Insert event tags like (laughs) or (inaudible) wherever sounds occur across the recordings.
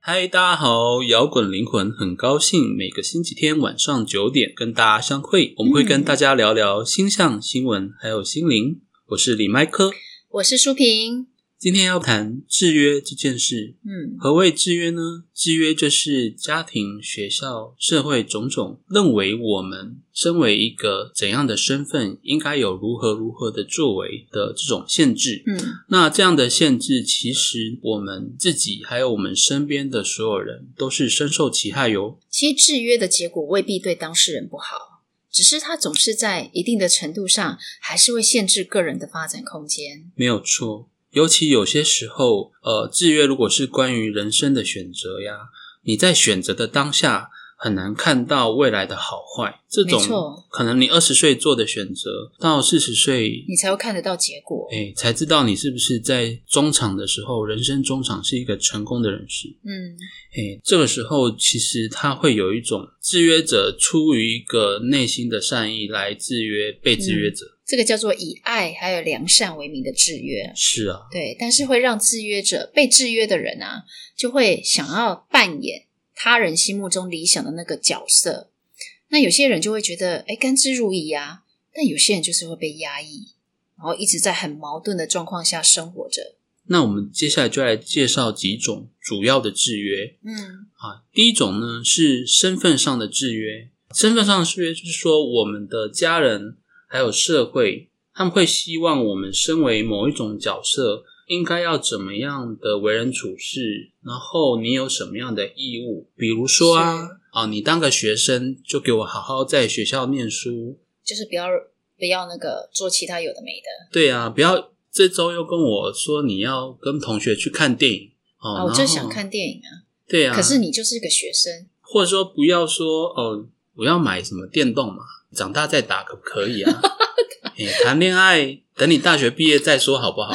嗨，大家好！摇滚灵魂很高兴每个星期天晚上九点跟大家相会，我们会跟大家聊聊星象、新闻还有心灵。我是李麦克，我是舒平。今天要谈制约这件事。嗯，何谓制约呢？制约就是家庭、学校、社会种种认为我们身为一个怎样的身份，应该有如何如何的作为的这种限制。嗯，那这样的限制，其实我们自己还有我们身边的所有人都是深受其害哟。其实制约的结果未必对当事人不好，只是它总是在一定的程度上还是会限制个人的发展空间。没有错，尤其有些时候，呃，制约如果是关于人生的选择呀，你在选择的当下很难看到未来的好坏。这没种错可能你二十岁做的选择，到四十岁，你才会看得到结果。哎，才知道你是不是在中场的时候，人生中场是一个成功的人士。嗯，诶，这个时候其实他会有一种制约者出于一个内心的善意来制约被制嗯约者。这个叫做以爱还有良善为名的制约。是啊，对，但是会让制约者、被制约的人啊，就会想要扮演他人心目中理想的那个角色。那有些人就会觉得，哎，甘之如饴啊；但有些人就是会被压抑，然后一直在很矛盾的状况下生活着。那我们接下来就来介绍几种主要的制约嗯啊。第一种呢是身份上的制约，身份上的制约就是说我们的家人还有社会，他们会希望我们身为某一种角色。应该要怎么样的为人处事，然后你有什么样的义务？比如说啊是，啊，你当个学生就给我好好在学校念书。就是不要不要那个做其他有的没的对啊，不要这周又跟我说你要跟同学去看电影哦，啊、然后我就想。看电影啊，对啊，可是你就是个学生，或者说不要说哦，我要买什么电动嘛，长大再打可不可以 (laughs) 啊？哎谈恋爱等你大学毕业再说好不好？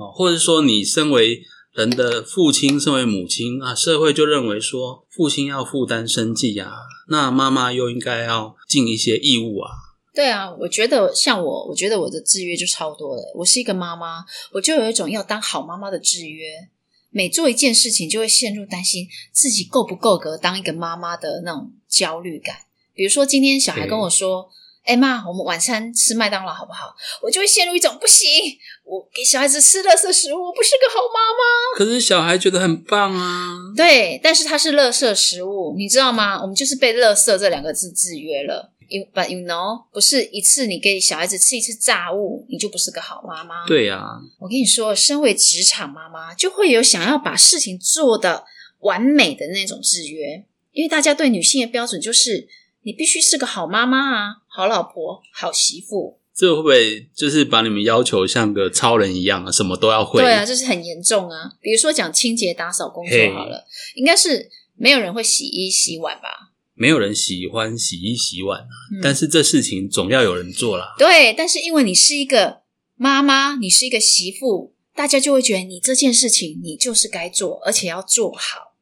哦，或者说你身为人的父亲，身为母亲啊，社会就认为说父亲要负担生计啊，那妈妈又应该要尽一些义务啊。对啊，我觉得像我，我觉得我的制约就超多了。我是一个妈妈，我就有一种要当好妈妈的制约。每做一件事情，就会陷入担心自己够不够格当一个妈妈的那种焦虑感。比如说，今天小孩跟我说：“哎、妈，我们晚餐吃麦当劳好不好？”我就会陷入一种不行，我给小孩子吃垃圾食物，我不是个好妈妈。可是小孩觉得很棒啊，对，但是它是垃圾食物，你知道吗？我们就是被“垃圾”这两个字制约了。You but you know，不是一次你给小孩子吃一次炸物，你就不是个好妈妈。，对啊，我跟你说，身为职场妈妈，就会有想要把事情做的完美的那种制约，因为大家对女性的标准就是你必须是个好妈妈啊，好老婆，好媳妇。这会不会就是把你们要求像个超人一样啊，什么都要会？对啊，这是很严重啊。比如说讲清洁打扫工作好了，应该是没有人会洗衣洗碗吧？没有人喜欢洗衣洗碗啊，嗯但是这事情总要有人做啦。对，但是因为你是一个妈妈，你是一个媳妇，大家就会觉得你这件事情你就是该做，而且要做好。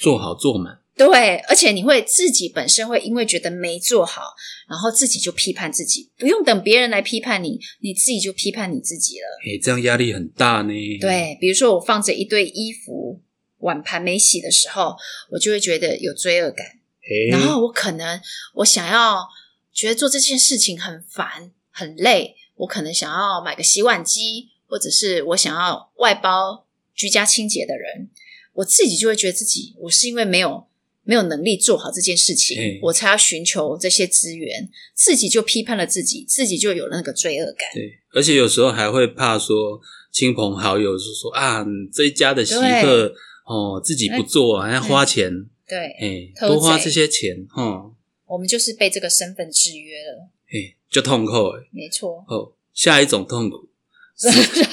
做好做满，对，而且你会自己本身会因为觉得没做好，然后自己就批判自己，不用等别人来批判你，你自己就批判你自己了。诶，这样压力很大呢。，对，比如说我放着一堆衣服、碗盘没洗的时候，我就会觉得有罪恶感。诶，然后我可能我想要觉得做这件事情很烦很累，我可能想要买个洗碗机，或者是我想要外包居家清洁的人，我自己就会觉得自己我是因为没有没有能力做好这件事情，嗯我才要寻求这些资源，自己就批判了自己，自己就有了那个罪恶感。对，而且有时候还会怕说亲朋好友就说啊，你这一家的媳妇哦自己不做还要花钱，对，诶，偷贼多花这些钱哦，我们就是被这个身份制约了，诶，就痛苦诶。没错。 (laughs) 哦，下一种痛苦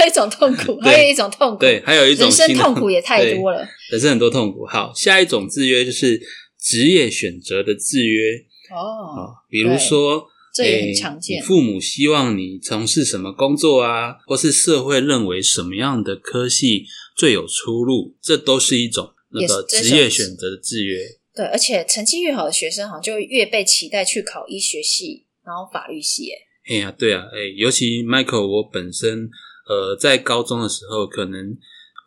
还有一种痛苦， (laughs) 对还有一种痛苦，对，还有一种人生新的痛苦也太多了。对人生很多痛苦。好，下一种制约就是职业选择的制约啊、哦，比如说，这也诶很常见你。父母希望你从事什么工作啊，或是社会认为什么样的科系最有出路，这都是一种那也是个这职业种选择的制约。对，而且成绩越好的学生，好像就越被期待去考医学系，然后法律系。哎，哎呀，对啊，哎，尤其 Michael，我本身呃在高中的时候，可能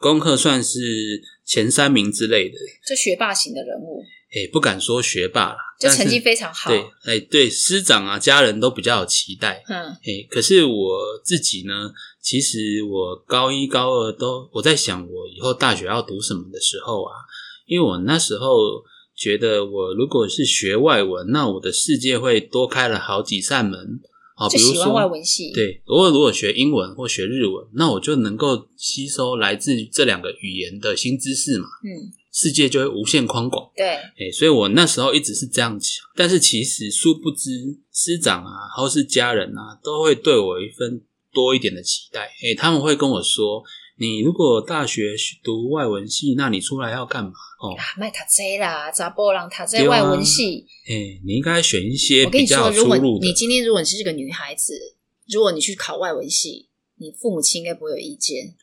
功课算是前三名之类的，这学霸型的人物，哎，不敢说学霸啦，就但是成绩非常好。对，哎，对，师长啊、家人都比较有期待。嗯，哎，可是我自己呢，其实我高一、高二都我在想，我以后大学要读什么的时候啊，因为我那时候觉得，我如果是学外文，那我的世界会多开了好几扇门。啊，就比如喜欢说外文系。，对，如果如果学英文或学日文，那我就能够吸收来自于这两个语言的新知识嘛，嗯，世界就会无限宽广。对，哎，所以我那时候一直是这样想，但是其实殊不知师长啊，或是家人啊，都会对我一份多一点的期待。哎，他们会跟我说，你如果大学读外文系，那你出来要干嘛？哦，啊，卖塔 Z 啦，查波浪塔 Z 对啊外文系。哎，你应该选一些我跟比你较说，如有出果路的你。今天如果你是个女孩子，如果你去考外文系，你父母亲应该不会有意见。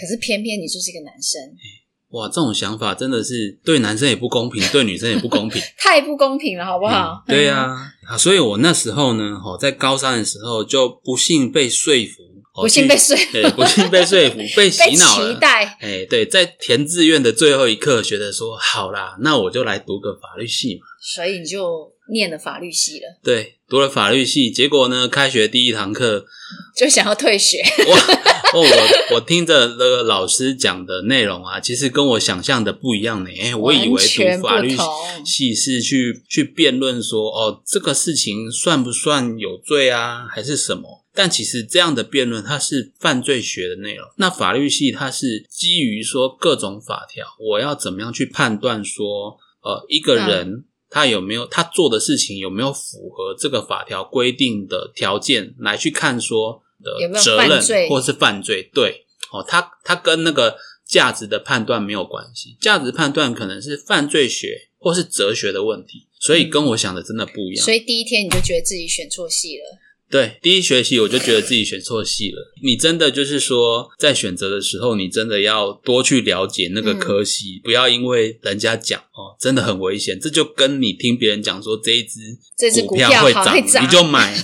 可是偏偏你就是一个男生，哇，这种想法真的是对男生也不公平，对女生也不公平。 (laughs) 太不公平了，好不好？嗯对呀、啊，所以我那时候呢，哦，在高三的时候就不幸被说服，哦不幸被说，去对，不幸被 (laughs) 说服，被被洗脑期了。待，哎，对，在填志愿的最后一刻，觉得说好啦，那我就来读个法律系嘛。所以你就念了法律系了， (laughs) 对，读了法律系，结果呢，开学第一堂课，就想要退学。哇，哦， (laughs) 我我听着那个老师讲的内容啊，其实跟我想象的不一样呢。哎，我以为完全读法律不同系是去去辩论说，哦，这个事情算不算有罪啊，还是什么？但其实这样的辩论它是犯罪学的内容。那法律系它是基于说各种法条，我要怎么样去判断说，呃，一嗯个人。他有没有他做的事情有没有符合这个法条规定的条件来去看说有的没有责犯任罪或是犯罪？对，哦，它它跟那个价值的判断没有关系，价值判断可能是犯罪学或是哲学的问题，所嗯以跟我想的真的不一样。所以第一天你就觉得自己选错系了，对，第一学期我就觉得自己选错系了。你真的就是说，在选择的时候，你真的要多去了解那个科嗯系，不要因为人家讲哦，真的很危险。这就跟你听别人讲说这一只这只股股票票会好涨，会涨你 (laughs) 就买。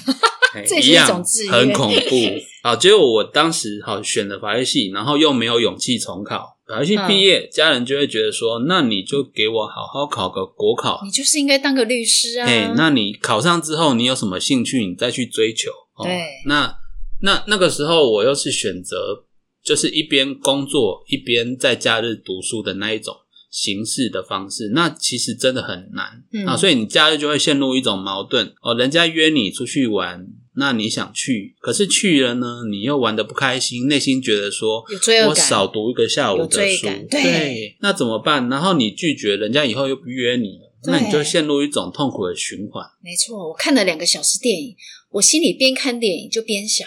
哎这也是一样一种制约很恐怖。好，结果我当时好选了法律系，然后又没有勇气重考法律系毕业，家人就会觉得嗯说，那你就给我好好考个国考你就是应该当个律师啊。哎、那你考上之后，你有什么兴趣，你再去追求。哦、对那那那个时候，我又是选择就是一边工作一边在假日读书的那一种形式的方式，那其实真的很难、嗯啊。所以你假日就会陷入一种矛盾哦，人家约你出去玩，那你想去，可是去了呢，你又玩的不开心，内心觉得说有罪恶感我少读一个下午有的罪书感，对对，那怎么办？然后你拒绝人家以后又不约你了，那你就对陷入一种痛苦的循环。没错，我看了两个小时电影，我心里边看电影就边想，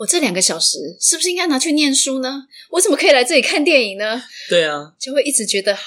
我这两个小时是不是应该拿去念书呢？我怎么可以来这里看电影呢？对啊，就会一直觉得好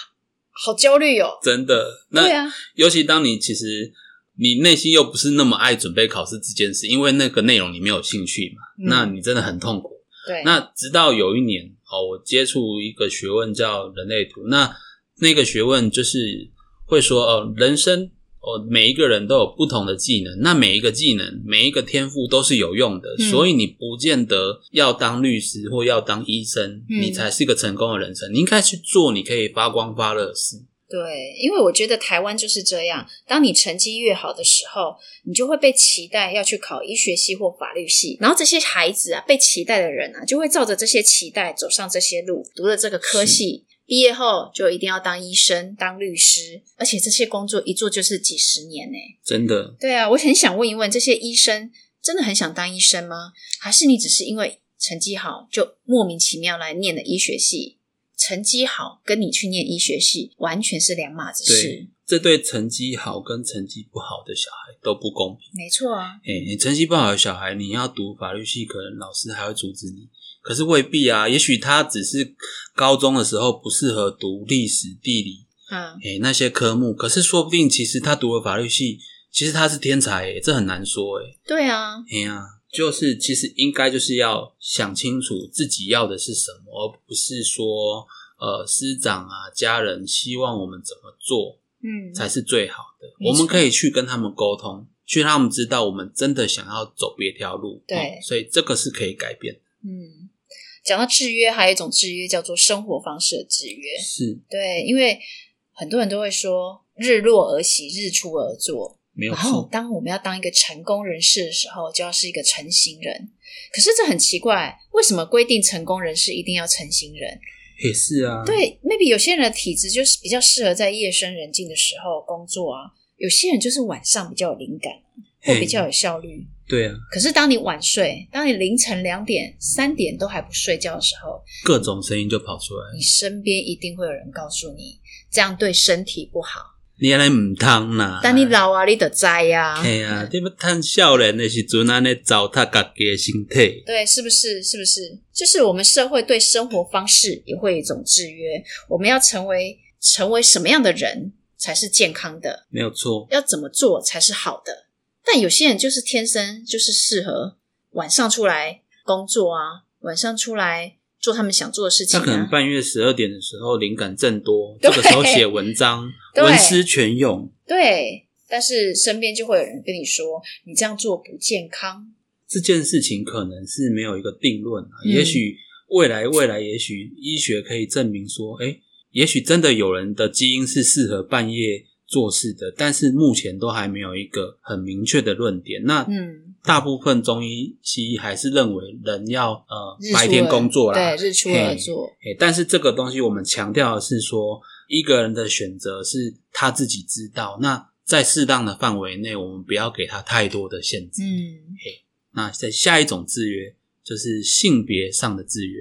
好焦虑哦。真的。那、对啊，尤其当你其实你内心又不是那么爱准备考试这件事，因为那个内容你没有兴趣嘛，嗯那你真的很痛苦。对，那直到有一年哦，我接触一个学问叫人类图，那那个学问就是会说哦，人生哦，每一个人都有不同的技能，那每一个技能、每一个天赋都是有用的，嗯所以你不见得要当律师或要当医生，嗯你才是一个成功的人生。你应该去做你可以发光发热的事。对，因为我觉得台湾就是这样，当你成绩越好的时候，你就会被期待要去考医学系或法律系，然后这些孩子啊，被期待的人啊，就会照着这些期待走上这些路，读了这个科系，毕业后就一定要当医生、当律师，而且这些工作一做就是几十年呢、真的，对啊，我很想问一问，这些医生真的很想当医生吗？还是你只是因为成绩好就莫名其妙来念的医学系？成绩好跟你去念医学系完全是两码子对事。这对成绩好跟成绩不好的小孩都不公平。没错啊，哎、你成绩不好的小孩，你要读法律系，可能老师还会阻止你。可是未必啊，也许他只是高中的时候不适合读历史、地理，嗯，哎、那些科目。可是说不定其实他读了法律系，其实他是天才、哎，这很难说、哎。对啊，哎呀、就是其实应该就是要想清楚自己要的是什么，而不是说呃师长啊家人希望我们怎么做嗯，才是最好的。没错我们可以去跟他们沟通，去让他们知道我们真的想要走别条路。对哦所以这个是可以改变的。嗯，讲到制约，还有一种制约叫做生活方式的制约。是对，因为很多人都会说“日落而息，日出而作”，没有然后错，当我们要当一个成功人士的时候，就要是一个成型人。可是这很奇怪，为什么规定成功人士一定要成型人？也是啊。，对，maybe 有些人的体质就是比较适合在夜深人静的时候工作啊，有些人就是晚上比较有灵感，会比较有效率。对啊，可是当你晚睡，当你凌晨两点、三点都还不睡觉的时候，各种声音就跑出来，你身边一定会有人告诉你，这样对身体不好。你来唔通啦。当你老啊，你得摘呀。哎呀，你要趁少年的时阵，安尼糟蹋家己的身体。对，是不是？是不是？就是我们社会对生活方式也会有一种制约。我们要成为成为什么样的人才是健康的？没有错，要怎么做才是好的？但有些人就是天生就是适合晚上出来工作啊，晚上出来做他们想做的事情、啊。他可能半夜十二点的时候灵感正多，这个时候写文章， (laughs) 对文思泉涌。对，但是身边就会有人跟你说，你这样做不健康。这件事情可能是没有一个定论啊，嗯也许未来未来，也许医学可以证明说，哎，也许真的有人的基因是适合半夜做事的，但是目前都还没有一个很明确的论点。那嗯，大部分中医西医还是认为人要呃日出白天而工作啦，对，日出嘿而作，诶，但是这个东西我们强调的是说，一个人的选择是他自己知道，那在适当的范围内，我们不要给他太多的限制。嗯那在下一种制约就是性别上的制约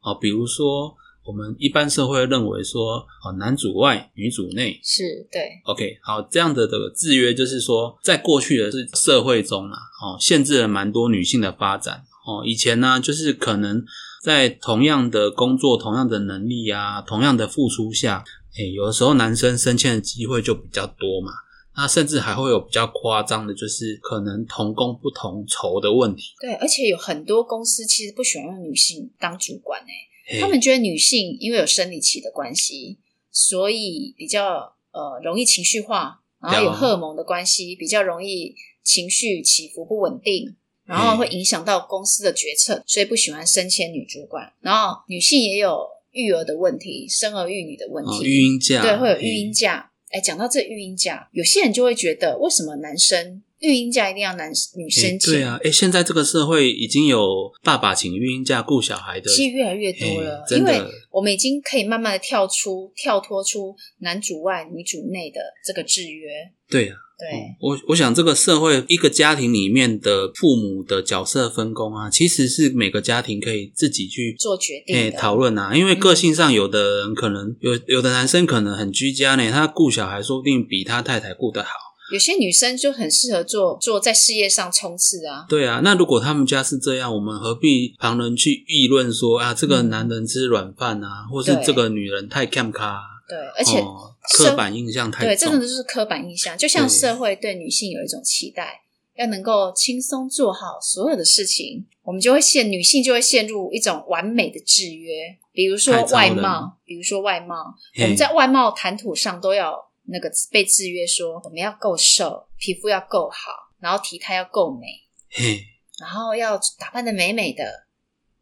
哦，比如说我们一般社会认为说，哦，男主外女主内。是对， OK，好，这样的的制约就是说，在过去的是社会中啊，哦，限制了蛮多女性的发展哦。以前呢、就是可能在同样的工作、同样的能力啊、同样的付出下，诶、有的时候男生升迁的机会就比较多嘛。那甚至还会有比较夸张的，就是可能同工不同酬的问题。对，而且有很多公司其实不喜欢让女性当主管诶、嘿他们觉得女性因为有生理期的关系，所以比较呃容易情绪化，然后有了荷尔蒙的关系，比较容易情绪起伏不稳定，然嗯后会影响到公司的决策，所以不喜欢升迁女主管。然后女性也有育儿的问题，生儿育女的问哦题，育婴假嗯对，会有嘿育婴假。哎，讲到这育婴假，有些人就会觉得，为什么男生育婴假一定要男女诶生请？对啊，哎、现在这个社会已经有爸爸请育婴假顾小孩的，其实越来越多了嘿，因嗯真的为我们已经可以慢慢的跳出、跳脱出男主外女主内的这个制约。对啊。对，我我想这个社会一个家庭里面的父母的角色分工啊，其实是每个家庭可以自己去做决诶定的嗯讨论啊，因为个性上有的人可能有有的男生可能很居家呢，他顾小孩说不定比他太太顾得好。有些女生就很适合做做在事业上冲刺啊。对啊，那如果他们家是这样，我们何必旁人去议论说啊，这个嗯男人吃软饭啊，或是对这个女人太 cam 咖啊，对，而且、哦社刻板印象太对，这重种。就是刻板印象，就像对社会对女性有一种期待，要能够轻松做好所有的事情，我们就会陷女性就会陷入一种完美的制约，比如说太糟外了貌，比如说外貌，嘿我们在外貌谈吐上都要那个被制约说，我们要够瘦，皮肤要够好，然后体态要够美，嘿，然后要打扮的美美的，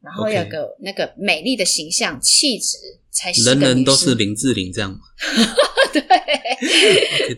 然后 OK 要有个那个美丽的形象气质，才是人个人女都是性林志玲这样吗， (laughs) 对。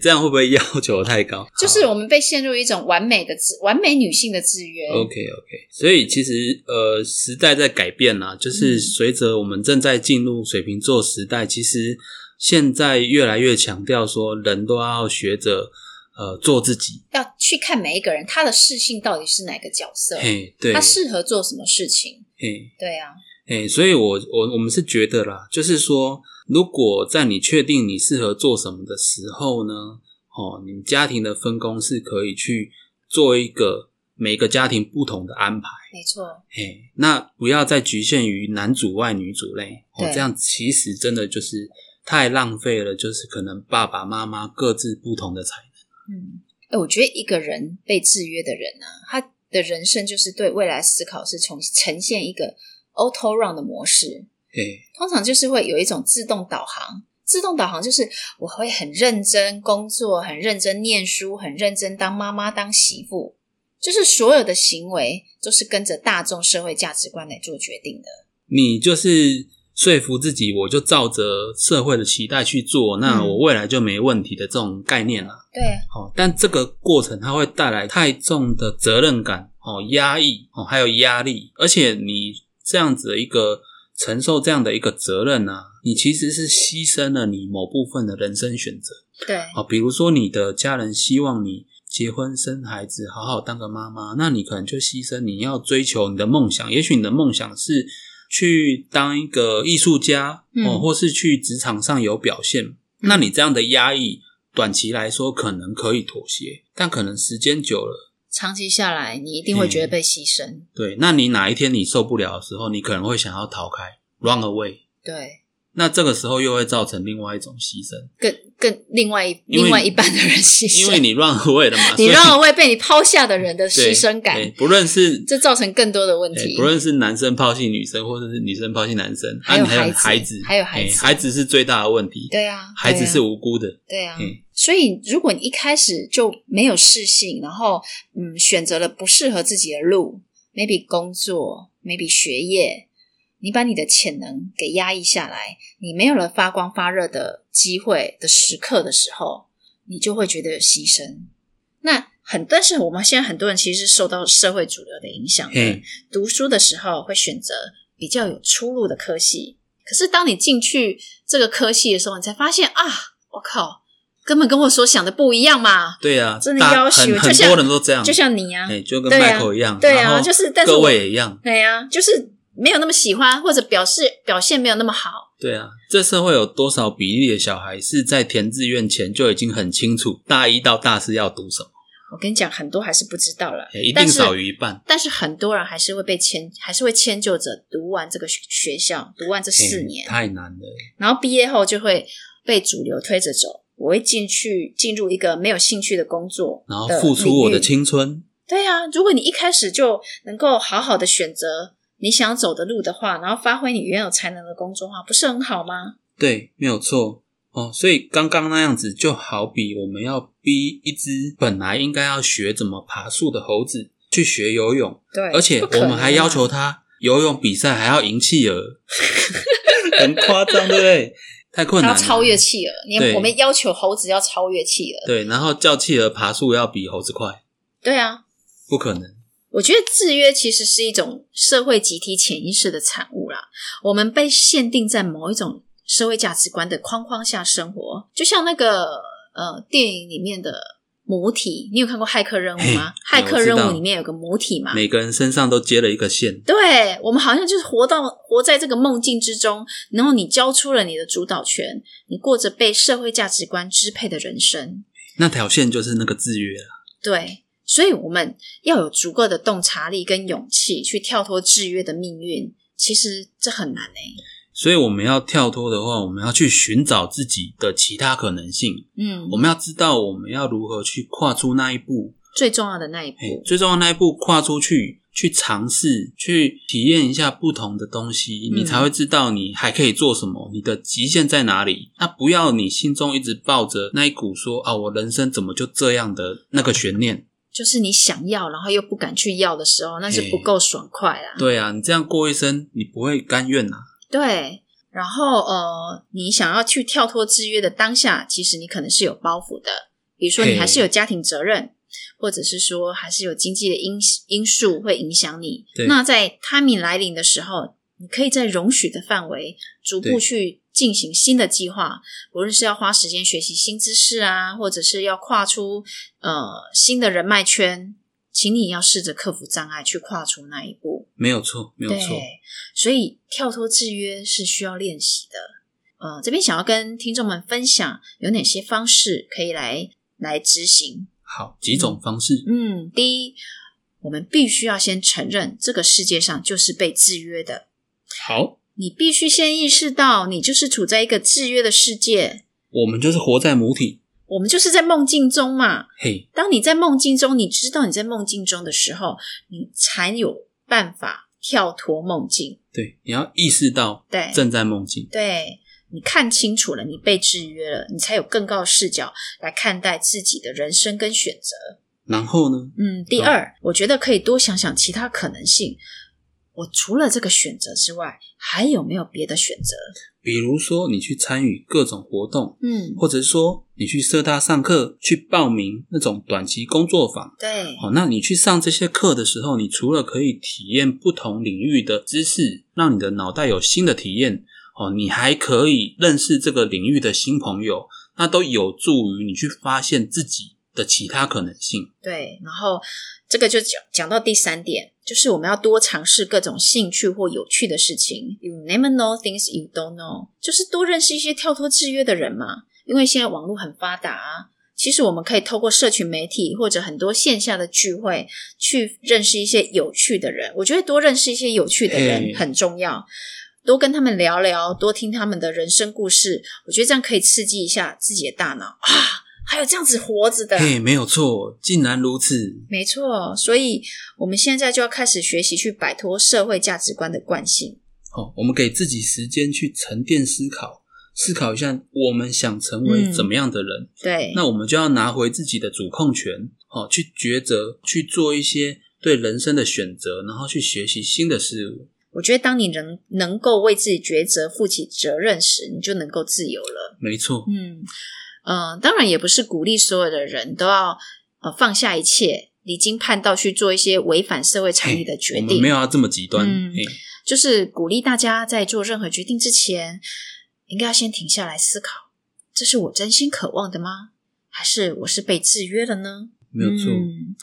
这样会不会要求太高？ (laughs) 就是我们被陷入一种完美的制、完美女性的制约。 OK OK，所以其实呃，时代在改变啦、就是嗯随着我们正在进入水瓶座时代，其实现在越来越强调说，人都要学着呃做自己。要去看每一个人他的适性到底是哪个角色，嘿，对，他适合做什么事情。嘿，对啊，嘿，所以我我我们是觉得啦，就是说，如果在你确定你适合做什么的时候呢，哦，你家庭的分工是可以去做一个每个家庭不同的安排。没错，嘿，那不要再局限于男主外女主内哦，对这样其实真的就是太浪费了，就是可能爸爸妈妈各自不同的才能。嗯，哎，我觉得一个人被制约的人啊，他的人生就是对未来思考是从呈现一个 auto run 的模式，嘿，通常就是会有一种自动导航。自动导航就是我会很认真工作，很认真念书，很认真当妈妈、当媳妇，就是所有的行为都是跟着大众社会价值观来做决定的。你就是说服自己，我就照着社会的期待去做，那嗯我未来就没问题的这种概念啦、对，哦，但这个过程它会带来太重的责任感、哦压抑、哦还有压力，而且你这样子的一个承受这样的一个责任啊，你其实是牺牲了你某部分的人生选择对，哦，比如说你的家人希望你结婚生孩子，好好当个妈妈，那你可能就牺牲你要追求你的梦想，也许你的梦想是。去当一个艺术家、哦，嗯或是去职场上有表现，那你这样的压抑，短期来说可能可以妥协，但可能时间久了，长期下来，你一定会觉嗯得被牺牲。对，那你哪一天你受不了的时候，你可能会想要逃开，run away。对，那这个时候又会造成另外一种牺牲，更更另外一因为另外一半的人牺牲，因为你 run away 了嘛， (laughs) 你啊所以让人为被你抛下的人的牺牲 (laughs) 对感，不论是这造成更多的问对题。哎不论是男生抛弃女生，或者是女生抛弃男生，还啊，有你还有孩孩子子，还有孩子哎孩子是最大的问题，对啊，孩子对啊是无辜的，对啊，嗯所以如果你一开始就没有适性，然后嗯选择了不适合自己的路，maybe 工作，maybe 学业，你把你的潜能给压抑下来，你没有了发光发热的机会的时刻的时候，你就会觉得有牺牲。那很，但是我们现在很多人其实是受到社会主流的影响的，嘿，读书的时候会选择比较有出路的科系，可是当你进去这个科系的时候，你才发现啊，我靠，根本跟我所想的不一样嘛！对啊，真的大要求很就很像多人都这样，就像你啊，哎，就跟对啊 Michael 一样，对然啊，后就是但是各我位也一样，对啊，就是没有那么喜欢，或者表示表现没有那么好，对啊，这社会有多少比例的小孩是在填志愿前就已经很清楚大一到大四要读什么？我跟你讲，很多还是不知道了，诶一但定是少于一半。哎但是很多人还是会被迁，还是会迁就着读完这个学学校，读完这四诶年，太难了。然后毕业后就会被主流推着走，我会进去进入一个没有兴趣的工作，然后付出我的领域青春，对啊，如果你一开始就能够好好的选择你想走的路的话，然后发挥你原有才能的工作的话，不是很好吗？对，没有错哦。所以刚刚那样子，就好比我们要逼一只本来应该要学怎么爬树的猴子去学游泳，对，而且不可我能们还要求啊他游泳比赛还要赢企 (laughs) 鹅，很夸张，对不对？太困他难要了，超越企鹅，你对我们要求猴子要超越企鹅。对，然后叫企鹅爬树要比猴子快，对啊，不可能。我觉得制约其实是一种社会集体潜意识的产物啦。我们被限定在某一种社会价值观的框框下生活，就像那个呃电影里面的母体，你有看过《骇客任务》吗？《嘿骇客我知任务道》里面有个母体嘛，每个人身上都接了一个线，对我们好像就是活到活在这个梦境之中，然后你交出了你的主导权，你过着被社会价值观支配的人生。那条线就是那个制约啊。对，所以我们要有足够的洞察力跟勇气去跳脱制约的命运。其实这很难欸诶、所以我们要跳脱的话，我们要去寻找自己的其他可能性。嗯我，们要知道我们要如何去跨出那一步，最重要的那一步，嘿最重要的那一步跨出去，去尝试，去体验一下不同的东西，嗯你才会知道你还可以做什么，你的极限在哪里。那不要你心中一直抱着那一股说啊，我人生怎么就这样的那个悬念。就是你想要，然后又不敢去要的时候，那是不够爽快啦。对啊，你这样过一生，你不会甘愿啊呐、对，然后呃，你想要去跳脱制约的当下，其实你可能是有包袱的，比如说你嘿还是有家庭责任，或者是说还是有经济的因因素会影响你对。那在 timing 来临的时候，你可以在容许的范围逐步对去进行新的计划，无论是要花时间学习新知识啊，或者是要跨出呃新的人脉圈，请你要试着克服障碍，去跨出那一步。没有错，没有错。对，所以跳脱制约是需要练习的。呃，这边想要跟听众们分享有哪些方式可以来来执行。好，几种方式。嗯，第一，我们必须要先承认这个世界上就是被制约的。好，你必须先意识到，你就是处在一个制约的世界，我们就是活在母体。我们就是在梦境中嘛。嘿，当你在梦境中，你知道你在梦境中的时候，你才有办法跳脱梦境。对，你要意识到对，正在梦境。对你看清楚了，你被制约了，你才有更高的视角来看待自己的人生跟选择。然后呢？嗯，第好二，我觉得可以多想想其他可能性。我除了这个选择之外，还有没有别的选择？比如说你去参与各种活动，嗯，或者是说你去社大上课，去报名那种短期工作坊。对，哦，那你去上这些课的时候，你除了可以体验不同领域的知识，让你的脑袋有新的体验，哦，你还可以认识这个领域的新朋友，那都有助于你去发现自己的其他可能性。对，然后这个就讲讲到第三点，就是我们要多尝试各种兴趣或有趣的事情。You never know things you don't know，就是多认识一些跳脱制约的人嘛。因为现在网络很发达、啊，其实我们可以透过社群媒体或者很多线下的聚会去认识一些有趣的人。我觉得多认识一些有趣的人嘿很重要。多跟他们聊聊，多听他们的人生故事，我觉得这样可以刺激一下自己的大脑啊！还有这样子活着的，嘿，没有错，竟然如此。没错，所以我们现在就要开始学习去摆脱社会价值观的惯性。哦，我们给自己时间去沉淀思考，思考一下我们想成为嗯怎么样的人。对，那我们就要拿回自己的主控权，好、去抉择，去做一些对人生的选择，然后去学习新的事物。我觉得当你能能够为自己抉择、负起责任时，你就能够自由了。没错，嗯呃，当然也不是鼓励所有的人都要呃放下一切、离经叛道去做一些违反社会常理的决我们定没。有要这么极端。嗯嘿就是鼓励大家在做任何决定之前，应该要先停下来思考：这是我真心渴望的吗？还是我是被制约了呢？没有错。嗯。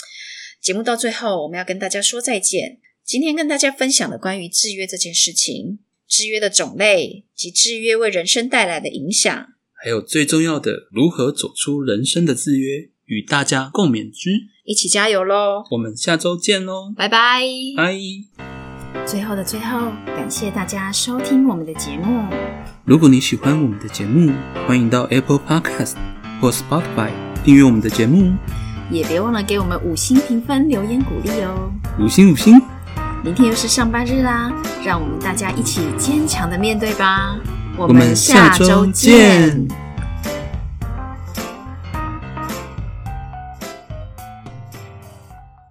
节目到最后，我们要跟大家说再见。今天跟大家分享的关于制约这件事情，制约的种类及制约为人生带来的影响。还有最重要的，如何走出人生的制约，与大家共勉之。一起加油喽！我们下周见喽，拜拜。拜。最后的最后，感谢大家收听我们的节目，如果你喜欢我们的节目，欢迎到 Apple Podcast 或 Spotify 订阅我们的节目，也别忘了给我们五星评分、留言鼓励哦。五星五星。明天又是上班日啦，让我们大家一起坚强的面对吧。我我们们下下周周见见。